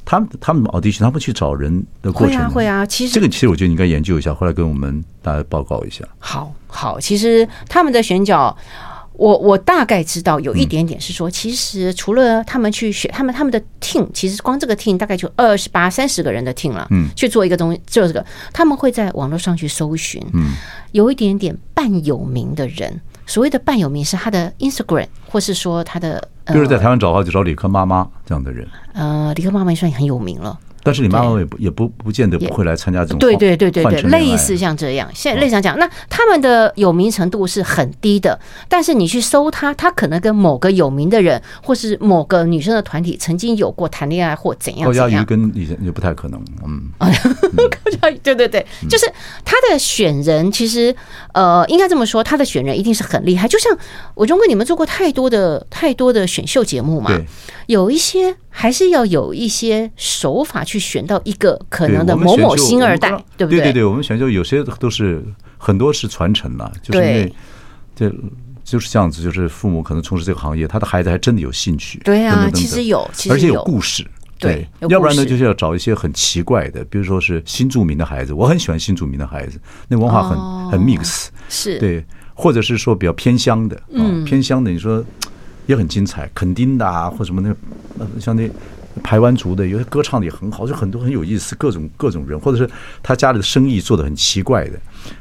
A: 他们他们 audition 他们去找人的过
C: 会
A: 程
C: 啊
A: 吗，
C: 会啊。其实
A: 这个其实我觉得你应该研究一下，后来跟我们大家报告一下。
C: 好好，其实他们的选角，我我大概知道有一点点是说，其实除了他们去选他们他们的 team，其实光这个 team 大概就二十八三十个人的 team 了，嗯，去做一个东西，做这个，他们会在网络上去搜寻，嗯，有一点点半有名的人。所谓的半有名是他的 Instagram，或是说他的，
A: 就是在
C: 呃嗯
A: 台湾找的话，就找理科妈妈这样的人，
C: 呃，理科妈妈也算很有名了。
A: 但是你妈妈也不也不不见得不会来参加这种
C: 对
A: 换
C: 对对对
A: 换
C: 对，
A: 乘恋爱
C: 类似像这样，
A: 嗯
C: 现在类似像这样，那他们的有名程度是很低的，但是你去搜他，他可能跟某个有名的人或是某个女生的团体曾经有过谈恋爱或怎样
A: 高佳
C: 啊怎
A: 瑜
C: 样。
A: 跟以前就不太可能，嗯，
C: *laughs* 对对对，就是他的选人，其实呃，应该这么说，他的选人一定是很厉害。就像我中哥，你们做过太多的太多的选秀节目嘛，
A: 对，
C: 有一些还是要有一些手法去选到一个可能
A: 对
C: 的
A: 我们
C: 某
A: 选
C: 某
A: 秀
C: 星
A: 我
C: 二
A: 们
C: 代
A: 刚，
C: 对不
A: 对对，我们选秀有些都是很多是传承了，就是因
C: 对
A: 为这就是这样子，就是父母可能从事这个行业，他的孩子还真的有兴趣，
C: 对啊
A: 等等等等
C: 其实有其实
A: 而且
C: 有
A: 有故事。
C: 对有
A: 要不然呢，
C: 故事
A: 就是要找一些很奇怪的，比如说是新住民的孩子，我很喜欢新住民的孩子，那文化很、
C: 哦
A: 很 mix，
C: 是，
A: 对，或者是说比较偏乡的，嗯，偏乡的，你说也很精彩，垦丁的啊，或什么那个呃像那排湾族的，有些歌唱的也很好，就很多很有意思，各种各种人，或者是他家里的生意做的很奇怪的，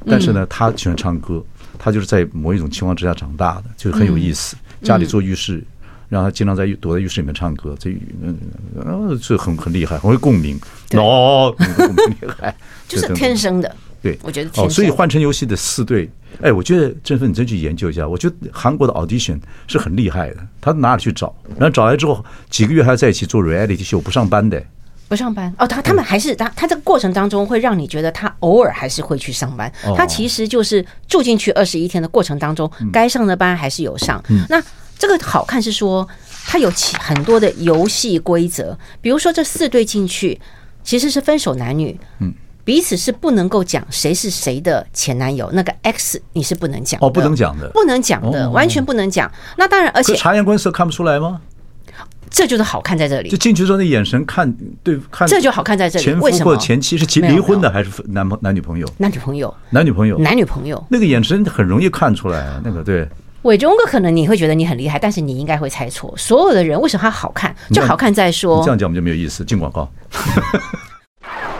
A: 但是呢，他喜欢唱歌，他就是在某一种情况之下长大的，就是很有意思，家里做浴室。让他经常在浴躲在浴室里面唱歌，这嗯，呃这很很厉害，很会共鸣，哦，很会共鸣厉害，
C: 就是
A: 这等等
C: 天生的。
A: 对，
C: 我觉得天
A: 哦，所以
C: 生
A: 换成游戏的四队，哎，我觉得振奋你真去研究一下。我觉得韩国的 audition 是很厉害的，他哪里去找？然后找来之后几个月还要在一起做 reality show，不上班的。
C: 不上班
A: 嗯
C: 哦，他他们还是他他这个过程当中会让你觉得他偶尔还是会去上班，
A: 哦嗯
C: 他其实就是住进去二十一天的过程当中，该上的班还是有上。那这个好看是说它有其很多的游戏规则，比如说这四队进去其实是分手男女，嗯。彼此是不能够讲谁是谁的前男友，那个 X 你是不能讲的
A: 哦不能讲的
C: 不能讲的，
A: 哦
C: 完全不能讲。那当然，而
A: 可
C: 且
A: 察言观色看不出来吗？
C: 这就是好看在这里
A: 就，进去之后那眼神看对看，
C: 这就好看在这里。
A: 前夫
C: 为什
A: 或
C: 么？
A: 前妻是结
C: 没有
A: 离婚
C: 没
A: 的
C: 有
A: 还是男朋男女朋友？
C: 男女朋友，
A: 男女朋友，
C: 男女朋友，
A: 那个眼神很容易看出来啊，那个对。
C: 伟忠哥可能你会觉得你很厉害，但是你应该会猜错。所有的人为什么他好看，
A: 这
C: 就
A: 样
C: 好看在
A: 你
C: 说
A: 这样讲我们就没有意思，进广告。 *laughs*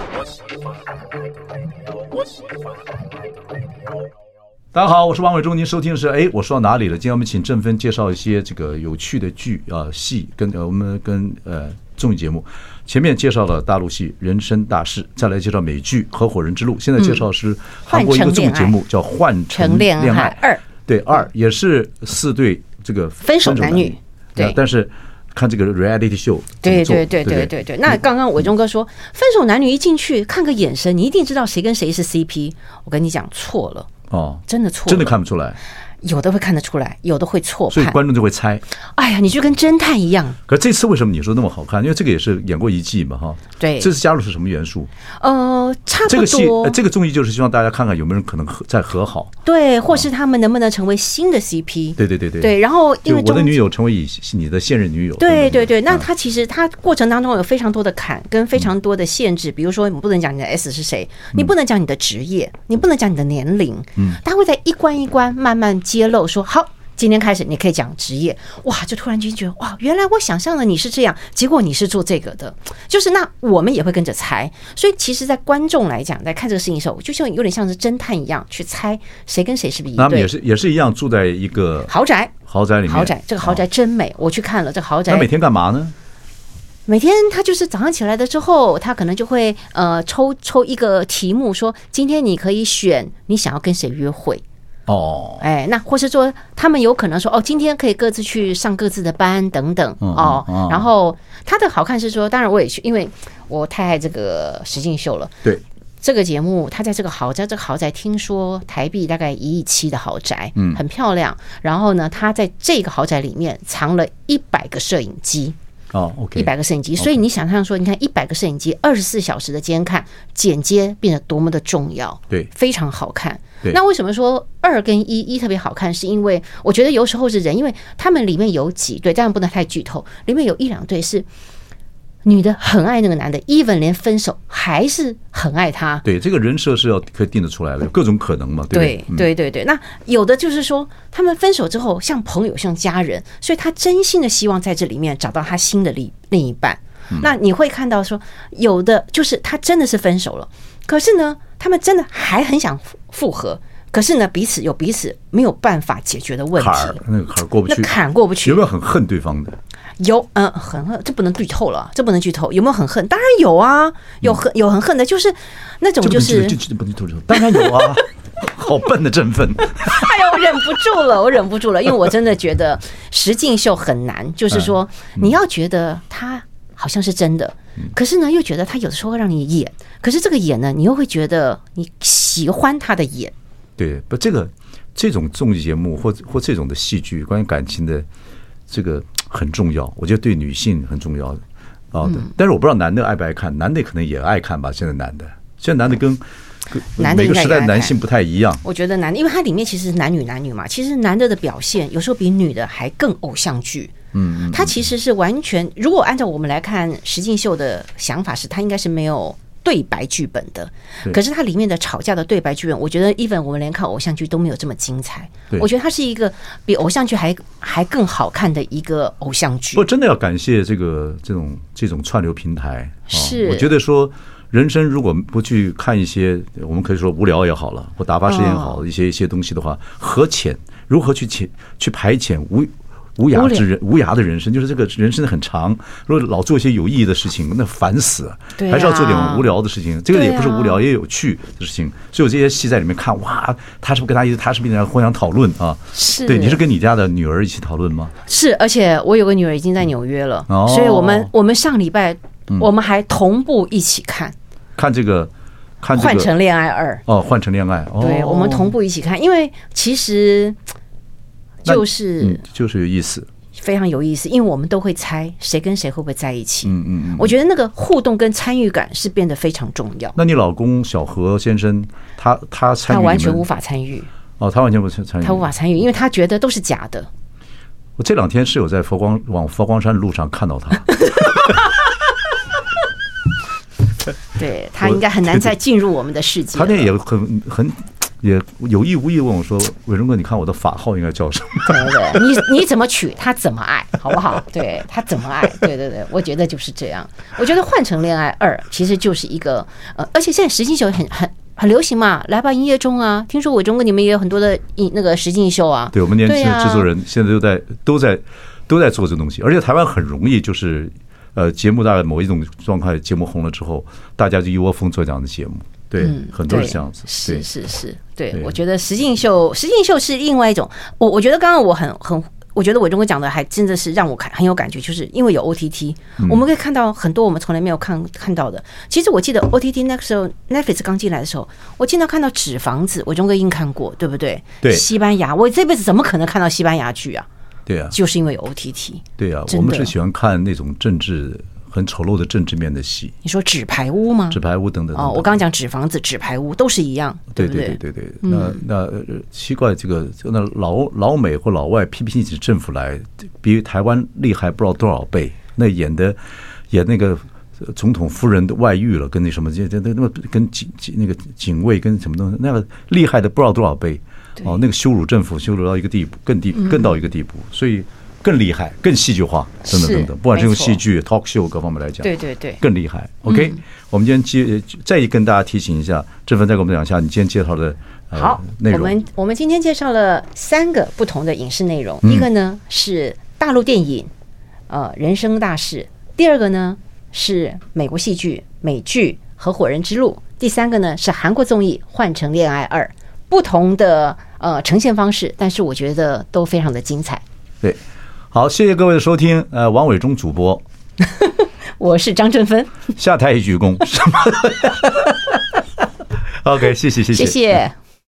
A: 大家好，我是王伟忠，您收听的是哎，我说到哪里了？今天我们请郑芬介绍一些这个有趣的剧啊、戏，跟呃我们跟呃综艺节目。前面介绍了大陆戏《人生大事》，再来介绍美剧《合伙人之路》，现在介绍
C: 嗯
A: 是韩国一个综艺节目叫《换乘
C: 成恋
A: 恋
C: 爱
A: 爱》，
C: 二
A: 对二也是四对这个
C: 嗯分手男女对
A: 呃但是看这个 reality show，怎么
C: 对
A: 做
C: 对对
A: 不
C: 对对对，那刚刚伟忠哥说，分手男女一进去看个眼神，你一定知道谁跟谁是 CP。我跟你讲错了，
A: 哦，
C: 真的错了，
A: 真的看不出来，
C: 有的会看得出来，有的会错
A: 所以
C: 判。
A: 观众就会猜。
C: 哎呀，你就跟侦探一样。
A: 可这次为什么你说那么好看？因为这个也是演过一季嘛，哈。
C: 对
A: 这次加入是什么元素？
C: 呃，差不
A: 这
C: 多。
A: 个戏，呃这个综艺就是希望大家看看有没有人可能和再和好。
C: 对，或是他们能不能成为新的 CP？
A: 对对对对。
C: 对，然后因
A: 就
C: 为
A: 我的
C: 中
A: 女友成为以你的现任女友。
C: 对对
A: 对嗯啊
C: 对，那他其实他过程当中有非常多的坎跟非常多的限制，比如说你不能讲你的 S 是谁，
A: 嗯
C: 你不能讲你的职业，你不能讲你的年龄，他会在一关一关慢慢揭露说好。今天开始，你可以讲职业，哇！就突然间觉得，哇，原来我想象的你是这样，结果你是做这个的，就是那我们也会跟着猜。所以，其实，在观众来讲，在看这个事情的时候，就像有点像是侦探一样，去猜谁跟谁是不是一
A: 那他们也
C: 对。
A: 是也是一样住在一个
C: 豪宅，
A: 豪宅里面。
C: 豪宅，这个豪宅
A: 哦。
C: 真美，我去看了，这个豪宅
A: 那每天干嘛呢？
C: 每天他就是早上起来了之后，他可能就会呃抽抽一个题目，说今天你可以选你想要跟谁约会，
A: 哦，
C: 哎，那或是说他们有可能说哦，今天可以各自去上各自的班等等
A: 嗯
C: 哦
A: 嗯嗯。
C: 然后他的好看是说，当然我也去，因为我太爱这个实境秀了。
A: 对，
C: 这个节目，它在这个豪宅，这个豪宅听说台币大概一亿七的豪宅，嗯，很漂亮。然后呢，他在这个豪宅里面藏了一百个摄影机，
A: 哦，OK，
C: 一百个摄影机，所以你想象说，你看一百个摄影机，二十四小时的监看、剪接变得多么的重要，
A: 对
C: 非常好看
A: 对。
C: 那为什么说二跟一一特别好看？是因为我觉得有时候是人，因为他们里面有几对，当然不能太剧透，里面有一两对是女的很爱那个男的，even 连分手还是很爱他，
A: 对，这个人设是要可以定得出来的，有各种可能嘛，对不对？嗯
C: 对对对，那有的就是说，他们分手之后像朋友像家人，所以他真心的希望在这里面找到他新的另另一半。
A: 嗯
C: 那你会看到说，有的就是他真的是分手了，可是呢，他们真的还很想复复合，可是呢，彼此有彼此没有办法解决的问题
A: 坎，儿那个坎儿过不
C: 那
A: 去，
C: 坎过不去
A: 有没。有很恨对方的？
C: 有，嗯，很恨，这不能剧透了，这不能剧透。有没有很恨？当然有啊，有很有很恨的，就是那种
A: 嗯这
C: 就
A: 不能
C: 是
A: 这，这这不能透露，当然有啊， *laughs* 好笨的振奋，
C: 哎呀，我忍不住了，我忍不住了，因为我真的觉得实境秀很难，就是说你要觉得它好像是真的，可是呢又觉得它有的时候会让你演，可是这个演呢，你又会觉得你喜欢他的演，
A: 对，不这个这种综艺节目或或这种的戏剧，关于感情的这个很重要，我觉得对女性很重要的啊。
C: 嗯
A: 对但是我不知道男的爱不爱看，男的可能也爱看吧。现在男的，现在男的跟跟
C: 男的
A: 每
C: 应
A: 个
C: 该
A: 时
C: 也
A: 代
C: 爱
A: 男
C: 看
A: 性不太一样，
C: 我觉得男的，因为它里面其实男女男女嘛，其实男的的表现有时候比女的还更偶像剧。嗯，他其实是完全，如果按照我们来看石进秀的想法是，他应该是没有对白剧本的。
A: 对
C: 可是它里面的吵架的对白剧本，我觉得 even 我们连看偶像剧都没有这么精彩
A: 对。
C: 我觉得它是一个比偶像剧还还更好看的一个偶像剧
A: 不。过真的要感谢这个这种这种串流平台。啊
C: 是
A: 我觉得说，人生如果不去看一些我们可以说无聊也好了，或打发时间也好，
C: 哦
A: 一些一些东西的话，何浅如何去浅去排遣无。无涯之人，无涯的人生就是这个人生很长。如果老做一些有意义的事情，那烦死。
C: 对啊
A: 还是要做点无聊的事情。这个也
C: 对啊
A: 不是无聊，也有趣的事情。所以我这些戏在里面看，哇，他是不是跟他一直，他是不是跟他互相讨论啊？
C: 是
A: 对，你是跟你家的女儿一起讨论吗？
C: 是，而且我有个女儿已经在纽约了，
A: 哦嗯
C: 所以我们我们上礼拜、我们还同步一起看
A: 看这个，看
C: 《
A: 啊这个
C: 换成恋爱二》。
A: 哦，换成恋爱，哦、
C: 对，我们同步一起看，因为其实
A: 那
C: 就是
A: 嗯，就是有意思，
C: 非常有意思，因为我们都会猜谁跟谁会不会在一起。
A: 嗯嗯嗯。
C: 我觉得那个互动跟参与感是变得非常重要，
A: 那你老公小何先生，他他参与
C: 他
A: 你们
C: 完全无法参与，
A: 哦，他完全不参参与，
C: 他无法。参与，因为他觉得都是假的。
A: 我这两天是有在佛光往佛光山的路上看
C: *laughs*
A: 到他，
C: 对他应该
A: *laughs*
C: 很难再进入我们的世界
A: 他
C: 了。
A: 那也很很也有意无意问我说，伟忠哥，你看我的法号应该叫什么？ *laughs*
C: 对
A: *laughs*
C: 对对，你你怎么娶他怎么爱，好不好？对他怎么爱，对对对，我觉得就是这样。我觉得《换成恋爱二》其实就是一个呃，而且现在实境秀很很很流行嘛，来吧营业中啊，听说伟忠哥你们也有很多的影那个实境秀啊，
A: 对我们年轻的
C: 啊
A: 制作人现在都在都在都在做这东西，而且台湾很容易就是呃节目大概某一种状态，节目红了之后，大家就一窝蜂做这样的节目，对，很多是
C: 嗯对
A: 这样子，对
C: 是是是，对
A: 对
C: 我觉得实境秀，实境秀是另外一种。我我觉得刚刚我很很，我觉得伟忠哥讲的还真的是让我看很有感觉，就是因为有 OTT，、我
A: 嗯
C: 们可以看到很多我们从来没有看看到的。其实我记得 OTT 那个时候 Netflix 刚进来的时候，我经常看到《纸房子》，伟忠哥一定看过，对不对？
A: 对
C: 西班牙，我这辈子怎么可能看到西班牙剧啊？
A: 对啊，
C: 就是因为有 OTT。
A: 对啊，
C: 真
A: 我们
C: 的
A: 是喜欢看那种政治很丑陋的政治面的戏，
C: 你说纸牌屋吗？
A: 纸牌屋等等等
C: 哦，
A: 等
C: 我刚刚讲纸房子、纸牌屋都是一样，
A: 对
C: 不嗯
A: 对对对对，那那呃奇怪，这个那老老美或老外批评起政府来，比台湾厉害不知道多少倍。那演的演那个呃总统夫人的外遇了，跟那什么这这那那跟警警那个警卫跟什么东西，那个厉害的不知道多少倍。哦，那个羞辱政府羞辱到一个地步，更地更到一个地步，所以更厉害、更戏剧化等等
C: 是
A: 等等。不管是用
C: 没错
A: 戏剧、talk show 各方面来讲，
C: 对对对。
A: 更厉害。OK，、我
C: 嗯
A: 们今天接再一跟大家提醒一下，志芬再给我们讲一下你今天介绍的、呃、
C: 好，
A: 内
C: 我
A: 容。
C: 们我们今天介绍了三个不同的影视内
A: 嗯
C: 容，一个呢是大陆电影，呃，人生大事；第二个呢是美国戏剧美剧《合伙人之路》；第三个呢是韩国综艺《换成恋爱二》。不同的呃呈现方式，但是我觉得都非常的精彩。
A: 对，好，谢谢各位的收听。呃，王伟忠主播
C: 我是张振芬，
A: *laughs*
C: *laughs*
A: 下台一鞠躬，什么？OK，谢谢，谢
C: 谢谢。